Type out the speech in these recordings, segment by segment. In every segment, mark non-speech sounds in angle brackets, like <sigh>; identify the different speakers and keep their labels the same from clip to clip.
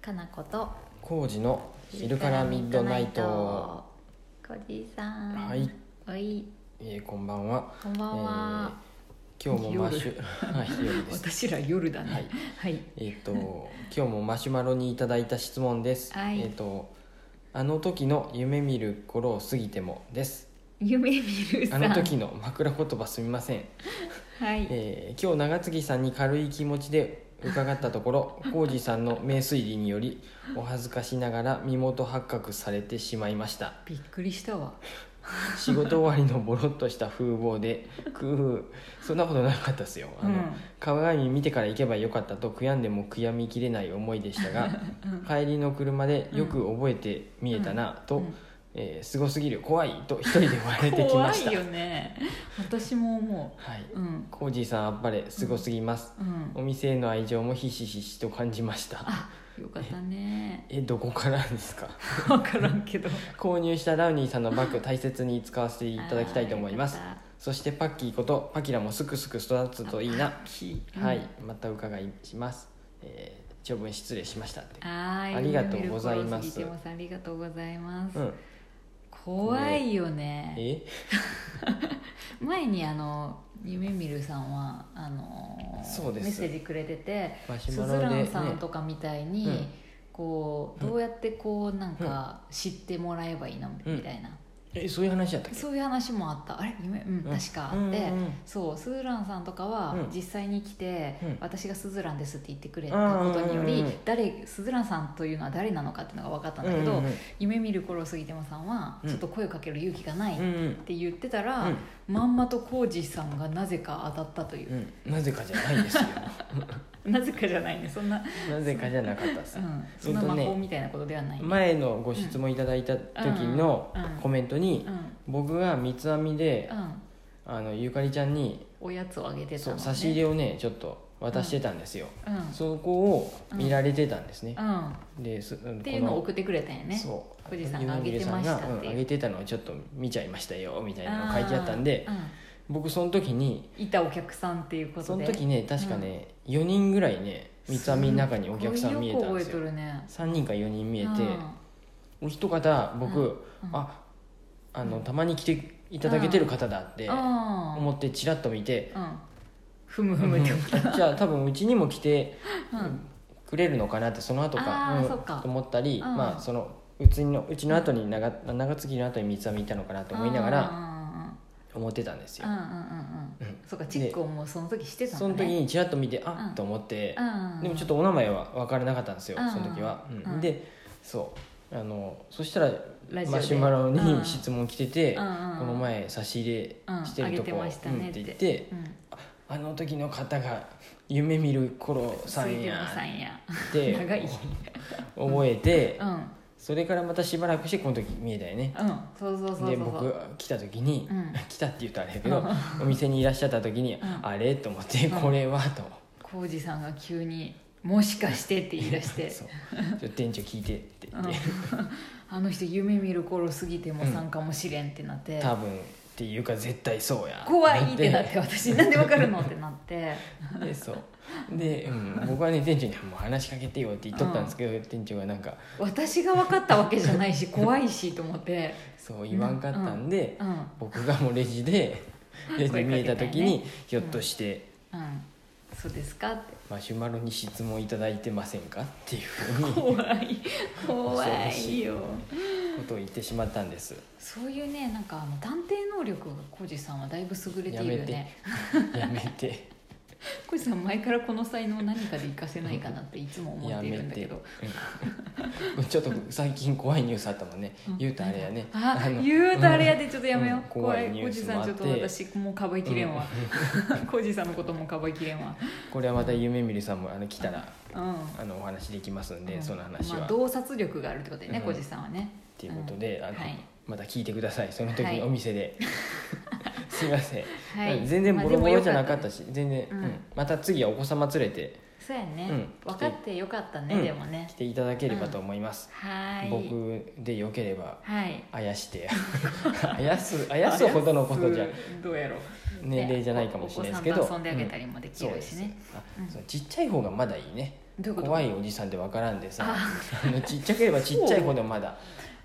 Speaker 1: かなこと
Speaker 2: 工事の昼からミッドナイト。
Speaker 1: コージーさん。
Speaker 2: はい。
Speaker 1: おい、
Speaker 2: えー、こんばんは、
Speaker 1: こんばんは。
Speaker 2: えー今日もマシュ <laughs> はい夜です
Speaker 1: 私ら夜だ
Speaker 2: はい
Speaker 1: ね。はい。
Speaker 2: えーっ、と今日もマシュマロにいただいた質問です、
Speaker 1: はい
Speaker 2: えーっ、とあの時の夢見る頃を過ぎてもです
Speaker 1: 夢見るさ
Speaker 2: あ
Speaker 1: ん。
Speaker 2: の時の枕言葉すみません、
Speaker 1: はい。
Speaker 2: えー今日長継さんに軽い気持ちで伺ったと
Speaker 1: <laughs>
Speaker 2: ころ工事さんの名推理によりお恥ずかしながら身元発覚されてしまいました
Speaker 1: びっくりしたわ。
Speaker 2: 仕事終わりのボロッとした風貌で「クーそんなことなかったですよ」あの、
Speaker 1: うん
Speaker 2: 鏡見てから行けばよかったと悔やんでも悔やみきれない思いでしたが帰りの車でよく覚えて見えたなと、
Speaker 1: うん
Speaker 2: えーすごすぎる怖いと一人で言われてきま
Speaker 1: 怖
Speaker 2: し
Speaker 1: い
Speaker 2: た
Speaker 1: よね。私も思。
Speaker 2: はいう
Speaker 1: うん。
Speaker 2: コージーさんあっぱれすごすぎます、
Speaker 1: うん。
Speaker 2: お店への愛情もひしひしと感じました
Speaker 1: あ、よかったね。
Speaker 2: えどこからですか <laughs>
Speaker 1: わからんけど。い
Speaker 2: 購入したダウニーさんのバッグ大切に使わせていただきたいと思いますそしてパッキーことパキラもすくすく育つといいな。はい、また伺いします。えー長文失礼しましたって。
Speaker 1: はい。
Speaker 2: ありがとうございます
Speaker 1: 夢見る頃過ぎてますありがとうございます
Speaker 2: う。ん。
Speaker 1: 怖いよね。
Speaker 2: え？
Speaker 1: 前にあの夢見るさんはあの
Speaker 2: そうです
Speaker 1: メッセージくれてて
Speaker 2: マシ
Speaker 1: す
Speaker 2: ュ
Speaker 1: ず
Speaker 2: マロ
Speaker 1: ら
Speaker 2: でね
Speaker 1: ん。さんとかみたいに、
Speaker 2: うん
Speaker 1: こうどうやってこうなんか知ってもらえばいいの
Speaker 2: うん
Speaker 1: みたいな、
Speaker 2: え、そういう話だったっけ？
Speaker 1: そういう話もあったあれ夢うん
Speaker 2: うん
Speaker 1: 確かあって、
Speaker 2: うんうん
Speaker 1: そうすずらんさんとかは
Speaker 2: うん
Speaker 1: 実際に来て、
Speaker 2: うん
Speaker 1: 私がすずらんですって言ってくれたことによ
Speaker 2: うんうん
Speaker 1: り
Speaker 2: うんうん
Speaker 1: 誰すずらんさんというのは誰なのかっていうのが分かったんだけど、
Speaker 2: うんうん
Speaker 1: 夢見る頃杉山さんは
Speaker 2: うん
Speaker 1: ちょっと声をかける勇気がないっ
Speaker 2: うんうん
Speaker 1: て言ってたら、
Speaker 2: うん
Speaker 1: まんまと浩二さんがなぜか当たったという
Speaker 2: う、ん。なぜかじゃない
Speaker 1: <laughs>
Speaker 2: ですよ。
Speaker 1: なぜかじゃないねそんな、
Speaker 2: なぜかじゃなかったです
Speaker 1: う。ん、そんな魔法みたいなことではない、
Speaker 2: 前のご質問いただいた時の
Speaker 1: うんうん
Speaker 2: コメントに
Speaker 1: うん、
Speaker 2: 僕が三つ編みで
Speaker 1: うん、
Speaker 2: あのゆかりちゃんに
Speaker 1: おやつをあげてた
Speaker 2: そ
Speaker 1: の、
Speaker 2: う
Speaker 1: ね、
Speaker 2: 差し入れをねちょっと渡してたんですよ。
Speaker 1: うん、
Speaker 2: そこを見られてたんですね。
Speaker 1: うん、っ
Speaker 2: ですって
Speaker 1: ていうのを送ってくれたんやね
Speaker 2: そう
Speaker 1: 富士山が上げてましたっていう
Speaker 2: うん上げてたのをちょっと見ちゃいましたよみたいなの書いてあったんで
Speaker 1: あー
Speaker 2: 僕その時に
Speaker 1: うんいたお客さんっていうことで
Speaker 2: その時ね確かね、4人ぐらいね三つ編みの中にお客さん見えたんです
Speaker 1: ごい
Speaker 2: よ
Speaker 1: よく覚えとるね
Speaker 2: 3人か4人見えて
Speaker 1: う
Speaker 2: お一方僕、
Speaker 1: うんうん
Speaker 2: ああのたまに来ていただけてる方だって
Speaker 1: んあー
Speaker 2: 思ってチラッと見て、
Speaker 1: うんふむふむって思った
Speaker 2: <laughs> じゃあ多分うちにも来て
Speaker 1: うん
Speaker 2: くれるのかなってその後か,、
Speaker 1: あー
Speaker 2: うん
Speaker 1: そっか
Speaker 2: と思ったり、
Speaker 1: うん
Speaker 2: まあそのうちのうちの後に長長継ぎの後に三つ編みいたのかなと思いながら、思ってたんです
Speaker 1: う
Speaker 2: よ
Speaker 1: ん、うんうんうんうん
Speaker 2: うん
Speaker 1: そうかチェックをもうその時してたんだ
Speaker 2: その
Speaker 1: ね
Speaker 2: 時にちらっと見て
Speaker 1: う
Speaker 2: あ
Speaker 1: ん
Speaker 2: っと思って
Speaker 1: うんうん
Speaker 2: でもちょっとお名前は分からなかったんですよ
Speaker 1: うん
Speaker 2: その時は、うん
Speaker 1: うん
Speaker 2: でそうあのそしたら
Speaker 1: ラジオで
Speaker 2: マシュマロ
Speaker 1: う
Speaker 2: に
Speaker 1: ん
Speaker 2: 質問来てて「こ
Speaker 1: うんうん
Speaker 2: の前差し入れしてるとこ
Speaker 1: うんあげて
Speaker 2: う
Speaker 1: ま
Speaker 2: んっ
Speaker 1: したね
Speaker 2: て言って
Speaker 1: うん
Speaker 2: 「あの時の方が夢見る頃さん
Speaker 1: 杉
Speaker 2: や
Speaker 1: 山」さんや <laughs>
Speaker 2: っ <laughs>
Speaker 1: 長い
Speaker 2: て覚えて
Speaker 1: うんうん
Speaker 2: それからまたしばらくしてこの時見えたよね
Speaker 1: そうそうそうそう
Speaker 2: で僕来た時に
Speaker 1: うん
Speaker 2: <laughs> 来たって言うとあれ
Speaker 1: <laughs>
Speaker 2: やけどお店にいらっしゃった時に
Speaker 1: ん
Speaker 2: あれと思ってこれはと。
Speaker 1: 浩二さんが急に「もしかして」って言い出して
Speaker 2: <laughs> そうちょっと店長聞いてって言っ
Speaker 1: うん
Speaker 2: て、
Speaker 1: あの人夢見る頃過ぎてもさんかもしれんってなって
Speaker 2: 多分っていうか絶対そうや
Speaker 1: 怖いってなって私なんでわかるのってなって
Speaker 2: でそうで、うん、僕はね店長に「もう話しかけてよ」って言っとったんですけど、店長がなんか
Speaker 1: 私が分かったわけじゃないし
Speaker 2: <laughs>
Speaker 1: 怖いしと思って
Speaker 2: そう言わんかったんで、
Speaker 1: うん
Speaker 2: 僕がもうレ
Speaker 1: <laughs>
Speaker 2: ジでレジで見えた時
Speaker 1: 声かけ
Speaker 2: に、
Speaker 1: たよね
Speaker 2: ひょっとして
Speaker 1: うんそうですかって
Speaker 2: マシュマロに質問いただいてませんかっていうふうにこ
Speaker 1: 怖い怖いよ
Speaker 2: とを言ってしまったんです
Speaker 1: そういうねなんかあの探偵能力が浩二さんはだいぶ優れて
Speaker 2: や
Speaker 1: いる
Speaker 2: め
Speaker 1: よ
Speaker 2: て
Speaker 1: ね
Speaker 2: やめて
Speaker 1: <laughs> 浩二さん前からこの才能を何かで活かせないかなっていつも思
Speaker 2: や
Speaker 1: ってい
Speaker 2: め
Speaker 1: るんだ
Speaker 2: て
Speaker 1: けど、
Speaker 2: うん、ちょっと最近怖いニュースあったもんね、言う <laughs> とあれやね
Speaker 1: あ
Speaker 2: の
Speaker 1: 言うとあれやでちょっとやめよう、
Speaker 2: うん
Speaker 1: 怖
Speaker 2: 怖
Speaker 1: い
Speaker 2: いニュ
Speaker 1: 浩
Speaker 2: ー
Speaker 1: 二
Speaker 2: ス
Speaker 1: さ
Speaker 2: も
Speaker 1: ん
Speaker 2: あっ
Speaker 1: ち
Speaker 2: て
Speaker 1: ょっと私もうかばいきれんわ <laughs> 浩二、さんのこともかばいきれんわ
Speaker 2: これはまた夢見るさんもあの来たら
Speaker 1: う
Speaker 2: あのお話できますん
Speaker 1: ん
Speaker 2: で、その話は、
Speaker 1: まあ、洞察力があるってことだよね
Speaker 2: うん
Speaker 1: 浩二、さんはね
Speaker 2: っていうことで、
Speaker 1: うん
Speaker 2: あの
Speaker 1: はい
Speaker 2: また聞いてくださいその時
Speaker 1: はい
Speaker 2: にお店で、
Speaker 1: <laughs>
Speaker 2: すいません、
Speaker 1: はい
Speaker 2: 全然ボロボロじゃな
Speaker 1: まあでもよか
Speaker 2: かっ
Speaker 1: った
Speaker 2: たし、全然、
Speaker 1: うん
Speaker 2: うんまた次はお子様連れて
Speaker 1: そうやね、
Speaker 2: うん
Speaker 1: 分かってよかったね、
Speaker 2: うん
Speaker 1: でもね
Speaker 2: 来ていただければと思います、
Speaker 1: はい
Speaker 2: 僕でよければ
Speaker 1: はい
Speaker 2: あやして
Speaker 1: <laughs>
Speaker 2: あやすあやすほどのことじゃ
Speaker 1: どうやろう
Speaker 2: 年齢じゃないかもしれないですけ
Speaker 1: お
Speaker 2: ど
Speaker 1: 子さんと遊んであげたりもできるしね、
Speaker 2: うんそうですあそうちっちゃい方がまだいいね
Speaker 1: どういうこと
Speaker 2: 怖いおじさんで分からんでさ
Speaker 1: あ
Speaker 2: あのちっちゃければちっちゃいほどまだ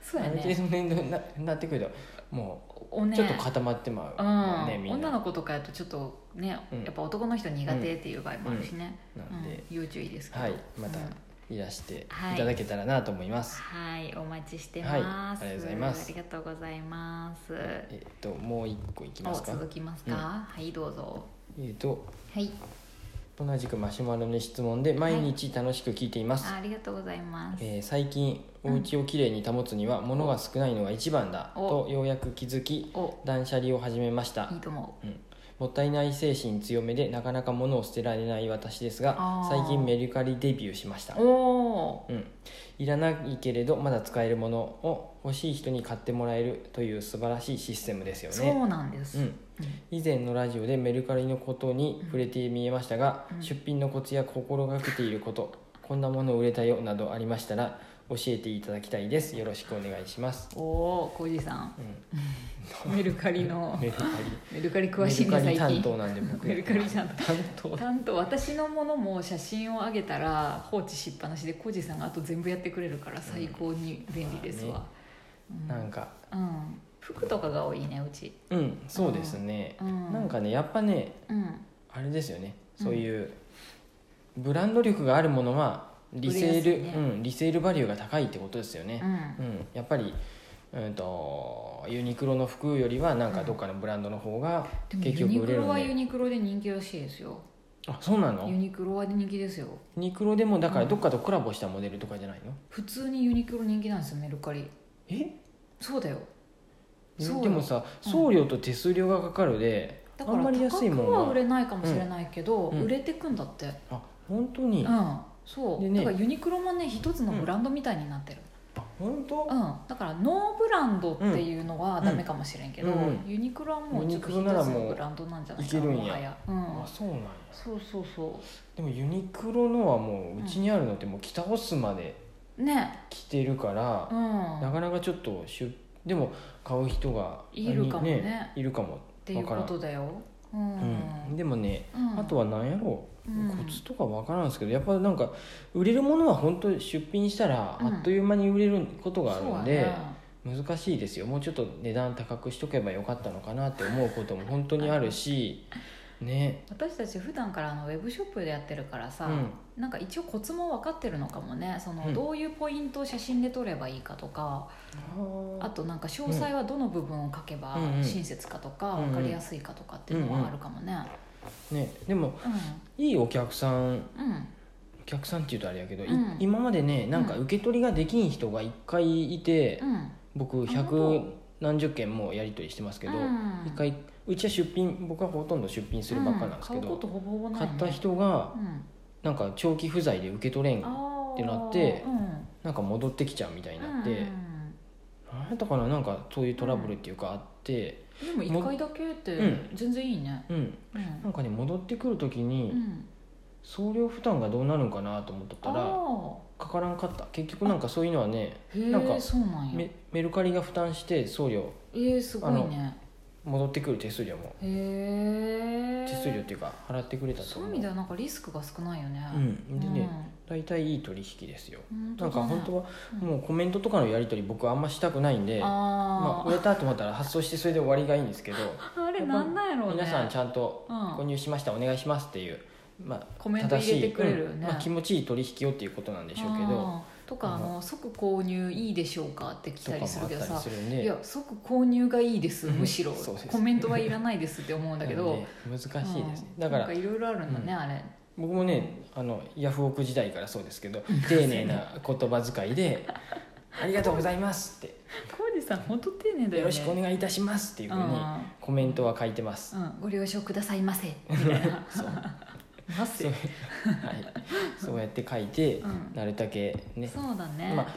Speaker 1: そうや
Speaker 2: ある程
Speaker 1: ね
Speaker 2: 度の年齢にななってくるとも
Speaker 1: お
Speaker 2: う
Speaker 1: ね
Speaker 2: ちょっと固まってまうもんね、
Speaker 1: うん、
Speaker 2: みんな
Speaker 1: 女の子とかやとちょっとね、
Speaker 2: うん
Speaker 1: やっぱ男の人苦手っていう場合もあるしね、
Speaker 2: う
Speaker 1: うんん
Speaker 2: なんで
Speaker 1: 要注意ですけど
Speaker 2: はいまた
Speaker 1: うん
Speaker 2: いらしてい
Speaker 1: はい
Speaker 2: ただけたらなと思います、
Speaker 1: はいお待ちしてます、
Speaker 2: はいありがとうございます
Speaker 1: ありがとうございます
Speaker 2: えっともう一個いきます
Speaker 1: お
Speaker 2: か
Speaker 1: 続きますか、
Speaker 2: うん
Speaker 1: はいどうぞ
Speaker 2: えっと
Speaker 1: はい
Speaker 2: 同じくマシュマロの質問で毎日楽しく聞いています、
Speaker 1: あありがとうございます、
Speaker 2: えー最近お家をきれいに保つには物が少ないのが一番だ
Speaker 1: お
Speaker 2: とようやく気づき
Speaker 1: お
Speaker 2: 断捨離を始めました
Speaker 1: いいと思
Speaker 2: うんもったいない精神強めでなかなか物を捨てられない私ですが
Speaker 1: あー
Speaker 2: 最近メルカリデビューしました
Speaker 1: う、お
Speaker 2: うん、いらないけれどまだ使えるものを欲しい人に買ってもらえるという素晴らしいシステムですよ
Speaker 1: ー、
Speaker 2: ね
Speaker 1: そうなんです、
Speaker 2: うん、以前のラジオでメルカリのことに触れてみえましたが、
Speaker 1: うん
Speaker 2: 出品のコツや心がけていることこんなもの売れたよなどありましたら教えていただきたいですよろしくお願いします、
Speaker 1: おお小路さん
Speaker 2: うん、
Speaker 1: メルカリの
Speaker 2: メルカ
Speaker 1: メルカリ
Speaker 2: リ
Speaker 1: 詳しいね
Speaker 2: メ
Speaker 1: 最
Speaker 2: ルカリ担
Speaker 1: 近
Speaker 2: 当なんで僕
Speaker 1: メルカリ担
Speaker 2: 担当
Speaker 1: 担当私のものも写真を上げたら放置しっぱなしでコジさんがあと全部やってくれるから最高に便利ですわ、うん
Speaker 2: なんか
Speaker 1: うん服とかが多いねうち、
Speaker 2: うんそうですね、
Speaker 1: うん、
Speaker 2: なんかねやっぱね
Speaker 1: うん
Speaker 2: あれですよね
Speaker 1: うん
Speaker 2: そういうブランド力があるものはリ
Speaker 1: 売
Speaker 2: セー
Speaker 1: れや
Speaker 2: ル、
Speaker 1: すいね
Speaker 2: うん、リセールバリューが高いってことですよね、
Speaker 1: うん
Speaker 2: うん、やっぱり、うん、とユニクロの服よりはなんかどっかのブランドの方が
Speaker 1: でも
Speaker 2: 結
Speaker 1: ユ
Speaker 2: 局
Speaker 1: ニ
Speaker 2: 売
Speaker 1: ク
Speaker 2: れる
Speaker 1: ロ
Speaker 2: の
Speaker 1: は
Speaker 2: で、
Speaker 1: ユニクロで人気らしいですよ
Speaker 2: あそうなの
Speaker 1: ユ
Speaker 2: ユ
Speaker 1: ニクロは人気ですよ
Speaker 2: ニクロでもだからどっかとコラボしたモデルとかじゃないの、
Speaker 1: 普通にユニクロ人気なんですよメルカリ
Speaker 2: え
Speaker 1: そうだよそうよ
Speaker 2: でもさ
Speaker 1: うん
Speaker 2: 送料と手数料がかかるで、
Speaker 1: だ
Speaker 2: あ
Speaker 1: か
Speaker 2: ん
Speaker 1: ら
Speaker 2: まり
Speaker 1: 高
Speaker 2: 安いも
Speaker 1: くは
Speaker 2: ん
Speaker 1: 売
Speaker 2: は
Speaker 1: れないかもしれないけど、
Speaker 2: うんうん
Speaker 1: 売れてくんだって
Speaker 2: あ本当
Speaker 1: う
Speaker 2: に、
Speaker 1: ん、
Speaker 2: あ
Speaker 1: そう、
Speaker 2: でね
Speaker 1: だからユニクロもね一つのブランドみたいになってる、
Speaker 2: 本当、
Speaker 1: うん、だからノーブランドっていうのはダメかもしれんけど、
Speaker 2: うんうん
Speaker 1: ユニクロはもうちょっと一つ
Speaker 2: ユニクロならも
Speaker 1: の
Speaker 2: う
Speaker 1: ブランドなんじゃないか
Speaker 2: いけ
Speaker 1: な
Speaker 2: るんや
Speaker 1: もはや、うん、
Speaker 2: あそうなんや
Speaker 1: そうそうそ
Speaker 2: でもユニクロのはもううちにあるのってもう北オスまで
Speaker 1: うね
Speaker 2: 来てるから
Speaker 1: う、ん
Speaker 2: なかなかちょっと出でも買う人が
Speaker 1: いるかもね
Speaker 2: いるかも
Speaker 1: っていうことだようん、
Speaker 2: うん、でもね、
Speaker 1: うん
Speaker 2: あとは何やろう、
Speaker 1: うん
Speaker 2: コツとか分からんすけどやっぱなんか売れるものは本当出品したら
Speaker 1: うん
Speaker 2: あっという間に売れることがある
Speaker 1: そ
Speaker 2: ん
Speaker 1: う
Speaker 2: で、
Speaker 1: やな
Speaker 2: 難しいですよもうちょっと値段高くしとけばよかったのかなって思うことも本当にあ
Speaker 1: <laughs>
Speaker 2: るしね
Speaker 1: 私たち普段からあのウェブショップでやってるからさ、
Speaker 2: うん
Speaker 1: なんか一応コツも分かってるのかもねその、
Speaker 2: うん
Speaker 1: どういうポイントを写真で撮ればいいかとかあとなんか詳細はどの部分を書けば
Speaker 2: うんうん
Speaker 1: 親切かとか
Speaker 2: うんうん
Speaker 1: 分かりやすいかとかっていうのはあるかもね
Speaker 2: ねでもいいお客さん
Speaker 1: うんうん
Speaker 2: お客さんっていうとあれやけど、い
Speaker 1: うん
Speaker 2: 今までねなんか受け取りができん人が1回いて、
Speaker 1: うん
Speaker 2: 僕
Speaker 1: なるほど
Speaker 2: 百何十件もやり取りしてますけど、
Speaker 1: うん
Speaker 2: 一回うちは出品僕はほとんど出品するばっかなんですけ
Speaker 1: うん、買
Speaker 2: ど、
Speaker 1: うことほぼほぼない、
Speaker 2: 買
Speaker 1: ね、
Speaker 2: った人が
Speaker 1: うん
Speaker 2: なんか長期不在で受け取れん
Speaker 1: あー
Speaker 2: ってなって
Speaker 1: うん
Speaker 2: なんか戻ってきちゃうみたいになって、
Speaker 1: うん
Speaker 2: なんやったかななんかそういうトラブルっていうかあって、
Speaker 1: うんでも1回だけって
Speaker 2: う
Speaker 1: 全然いいね
Speaker 2: うん
Speaker 1: うん、
Speaker 2: なんかね戻ってくる時に、
Speaker 1: うん
Speaker 2: 送料負担がどうなるんかなと思っとったら
Speaker 1: あ
Speaker 2: かからんかった結局なんかそういうのはね
Speaker 1: ーへえ
Speaker 2: なんか
Speaker 1: そうなんや
Speaker 2: メメルカリが負担して送料
Speaker 1: えー、すごいね
Speaker 2: 戻ってくる手数料も
Speaker 1: へえ
Speaker 2: 手数料っていうか払ってくれたと
Speaker 1: そうい
Speaker 2: 思
Speaker 1: う
Speaker 2: う
Speaker 1: 意味ではなんかリスクが少ないよね
Speaker 2: うんでね、大体いい取引ですよ
Speaker 1: うん
Speaker 2: なんか本当
Speaker 1: は
Speaker 2: はもうコメントとかのやり取り僕あんましたくないんでま
Speaker 1: あ
Speaker 2: あ、終えたと思ったら発送してそれで終わりがいいんですけど
Speaker 1: ああれなんなんやろうね
Speaker 2: 皆さんちゃんと
Speaker 1: う
Speaker 2: 購
Speaker 1: ん、
Speaker 2: 入しましたお願いしますっていう、まあ、
Speaker 1: コメント入れてくれるよね
Speaker 2: 正しいうんまあ、気持ちいい取引をっていうことなんでしょうけど
Speaker 1: あーとかあの即購入いいでしょうかって来た
Speaker 2: とかも
Speaker 1: りす
Speaker 2: あ
Speaker 1: る
Speaker 2: っ
Speaker 1: けど
Speaker 2: たり
Speaker 1: さ
Speaker 2: するん
Speaker 1: い
Speaker 2: で
Speaker 1: や即購入がいいです
Speaker 2: うん
Speaker 1: むしろ、
Speaker 2: そうです
Speaker 1: コメントはいらないですって思うんだけ
Speaker 2: なの
Speaker 1: ど
Speaker 2: で難しいですね
Speaker 1: うん
Speaker 2: だ
Speaker 1: な
Speaker 2: か
Speaker 1: ん
Speaker 2: ら
Speaker 1: かいろいろあるんだね、
Speaker 2: うん
Speaker 1: あれ
Speaker 2: 僕もねあのヤフオク時代からそうですけど丁寧な言葉遣
Speaker 1: <laughs>
Speaker 2: いで「ありがとうございます」って
Speaker 1: 浩二さん本当丁寧
Speaker 2: 「
Speaker 1: だよ
Speaker 2: よ
Speaker 1: ね
Speaker 2: ろしくお願いいたします」っていうふうにコメントは書いてます
Speaker 1: うん、うんご了承くださいませみたいな
Speaker 2: そう
Speaker 1: ませ
Speaker 2: <laughs> そうはい、そうやって書いて、
Speaker 1: うん
Speaker 2: なるだけね
Speaker 1: そうだね、
Speaker 2: まあ、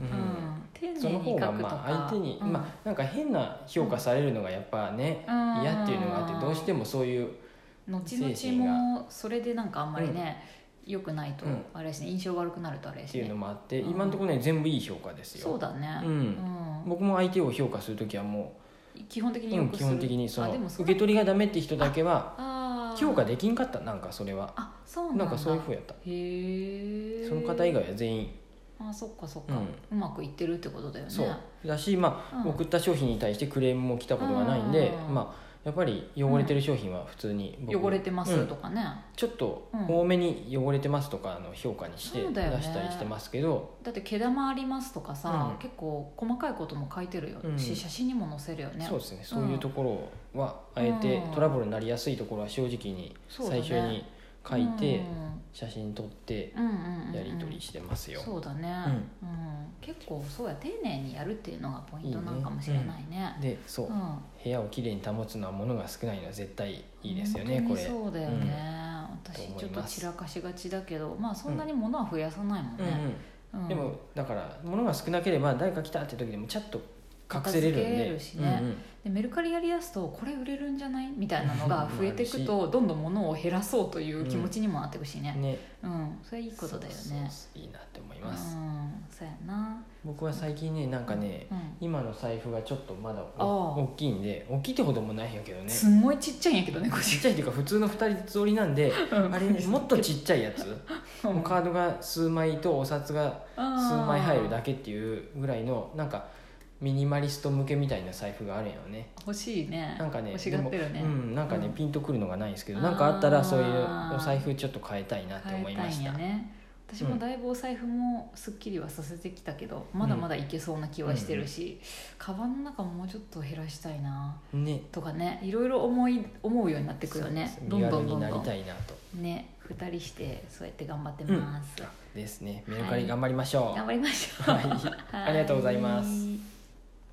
Speaker 2: う
Speaker 1: うんん、丁
Speaker 2: そ
Speaker 1: 寧
Speaker 2: の
Speaker 1: に書
Speaker 2: 方
Speaker 1: くと
Speaker 2: が
Speaker 1: か
Speaker 2: まあ相手に、
Speaker 1: うん
Speaker 2: まあ、なんか変な評価されるのがやっぱね、
Speaker 1: うん
Speaker 2: 嫌っていうのがあってどうしてもそういう、
Speaker 1: 後
Speaker 2: 精神
Speaker 1: 々もそれでなんかあんまりね、良くないと
Speaker 2: うん
Speaker 1: あれやしね印象悪くなるとあれや
Speaker 2: っ
Speaker 1: して
Speaker 2: いうの
Speaker 1: ね
Speaker 2: もあって、
Speaker 1: うん
Speaker 2: 今のところね全部いい評価ですよ
Speaker 1: そうだね
Speaker 2: うん僕も相手を評価する時はも
Speaker 1: 基本的
Speaker 2: う、
Speaker 1: に
Speaker 2: う
Speaker 1: よ
Speaker 2: ん
Speaker 1: くす
Speaker 2: 基
Speaker 1: る
Speaker 2: 本的にそ
Speaker 1: あ
Speaker 2: の
Speaker 1: でもそ
Speaker 2: 受
Speaker 1: の
Speaker 2: け取りがダメって人だけは
Speaker 1: あ
Speaker 2: 評価できんかったなんかそれは
Speaker 1: あそうなんだ
Speaker 2: なんかそういうふうやった
Speaker 1: へえ
Speaker 2: その方以外は全員
Speaker 1: あそっかそっか、うまくいってるってことだよね
Speaker 2: そうだしまあ
Speaker 1: うん
Speaker 2: 送った商品に対してクレームも来たことがないんで
Speaker 1: うん
Speaker 2: まあやっぱり汚れてる商品は普通に僕
Speaker 1: 汚れてま
Speaker 2: う
Speaker 1: す
Speaker 2: ん
Speaker 1: とかね、
Speaker 2: ちょっと
Speaker 1: うん
Speaker 2: 多めに汚れてますとかの評価にして
Speaker 1: そう
Speaker 2: 出
Speaker 1: だよね
Speaker 2: したりしてますけど
Speaker 1: だって毛玉ありますとかさ、
Speaker 2: うん
Speaker 1: 結構細かいことも書いてるよ、
Speaker 2: うん
Speaker 1: し写真にも載せるよね
Speaker 2: そうですねそういうところはあえて
Speaker 1: うん
Speaker 2: トラブルになりやすいところは正直に
Speaker 1: そうだ
Speaker 2: 最
Speaker 1: ね
Speaker 2: 初に書いて
Speaker 1: うん
Speaker 2: 写真撮って
Speaker 1: うんうんうんうん
Speaker 2: やり取りしてますよ
Speaker 1: そうだね、うん結構そうや丁寧にやるっていうのがポイントなんかもしれないね
Speaker 2: でそう
Speaker 1: うん
Speaker 2: 部屋をきれいに保つのは物が少ないのは絶対いいですよね
Speaker 1: 本当
Speaker 2: こ
Speaker 1: に
Speaker 2: れ
Speaker 1: そうだよね、私ちょっ
Speaker 2: と思い
Speaker 1: と
Speaker 2: ます
Speaker 1: 散らかしがちだけどまあそんなに物は増やさないもん
Speaker 2: うんう
Speaker 1: ね、
Speaker 2: ん
Speaker 1: うん
Speaker 2: でもだから物が少なければ誰か来たって時でもちゃっと隠せれるん
Speaker 1: 片付け
Speaker 2: で
Speaker 1: るしね
Speaker 2: うんうん
Speaker 1: でメルカリやりやすとこれ売れるんじゃないみたいなのが増えていくとどんどん物を減らそうという気持ちにもなっていくしね、
Speaker 2: ね
Speaker 1: うんそれいいことだよね
Speaker 2: そうそうそういいなって思います
Speaker 1: うんそうやな
Speaker 2: 僕は最近ねなんかね
Speaker 1: うん
Speaker 2: 今の財布がちょっとまだ
Speaker 1: ああ
Speaker 2: お大きいんで大きいってほどもないんやけどね
Speaker 1: すんごいちっちゃいんやけどねこ
Speaker 2: ちっ
Speaker 1: れ
Speaker 2: ちゃいっていうか普通の二人通りなんで
Speaker 1: うん
Speaker 2: あれもっとちっちゃいやつ
Speaker 1: う
Speaker 2: も
Speaker 1: ん
Speaker 2: うカードが数枚とお札が数枚入るだ
Speaker 1: け
Speaker 2: けっていうぐらいのなんかミニマリスト向けみたいな財布があるんやよね
Speaker 1: 欲しいね
Speaker 2: なんかね
Speaker 1: 欲しがってるね
Speaker 2: でもうん、なんかね、
Speaker 1: うん
Speaker 2: ピンとくるのがないんですけどなんかあったらそういう
Speaker 1: あー
Speaker 2: お財布ちょっと変えたいなって
Speaker 1: 買
Speaker 2: 思
Speaker 1: え
Speaker 2: い
Speaker 1: た
Speaker 2: ま
Speaker 1: いん
Speaker 2: し
Speaker 1: や
Speaker 2: た、
Speaker 1: ね私もだいぶお財布もすっきりはさせてきたけど、まだまだいけそうな気はしてるし、カバンの中ももうちょっと減らしたいな
Speaker 2: ね
Speaker 1: とかねいろいろ思い思うようになってくよね
Speaker 2: そう
Speaker 1: ど
Speaker 2: 身
Speaker 1: ん
Speaker 2: 軽
Speaker 1: どんど
Speaker 2: に
Speaker 1: ん
Speaker 2: な
Speaker 1: ど
Speaker 2: り
Speaker 1: ん
Speaker 2: たいなと
Speaker 1: ね2人してそうやって頑張ってます、
Speaker 2: ですねメル
Speaker 1: は
Speaker 2: カ
Speaker 1: い
Speaker 2: リ頑張りましょ
Speaker 1: <laughs>
Speaker 2: う、
Speaker 1: 頑張りましょう、
Speaker 2: はいありがとうございます
Speaker 1: はい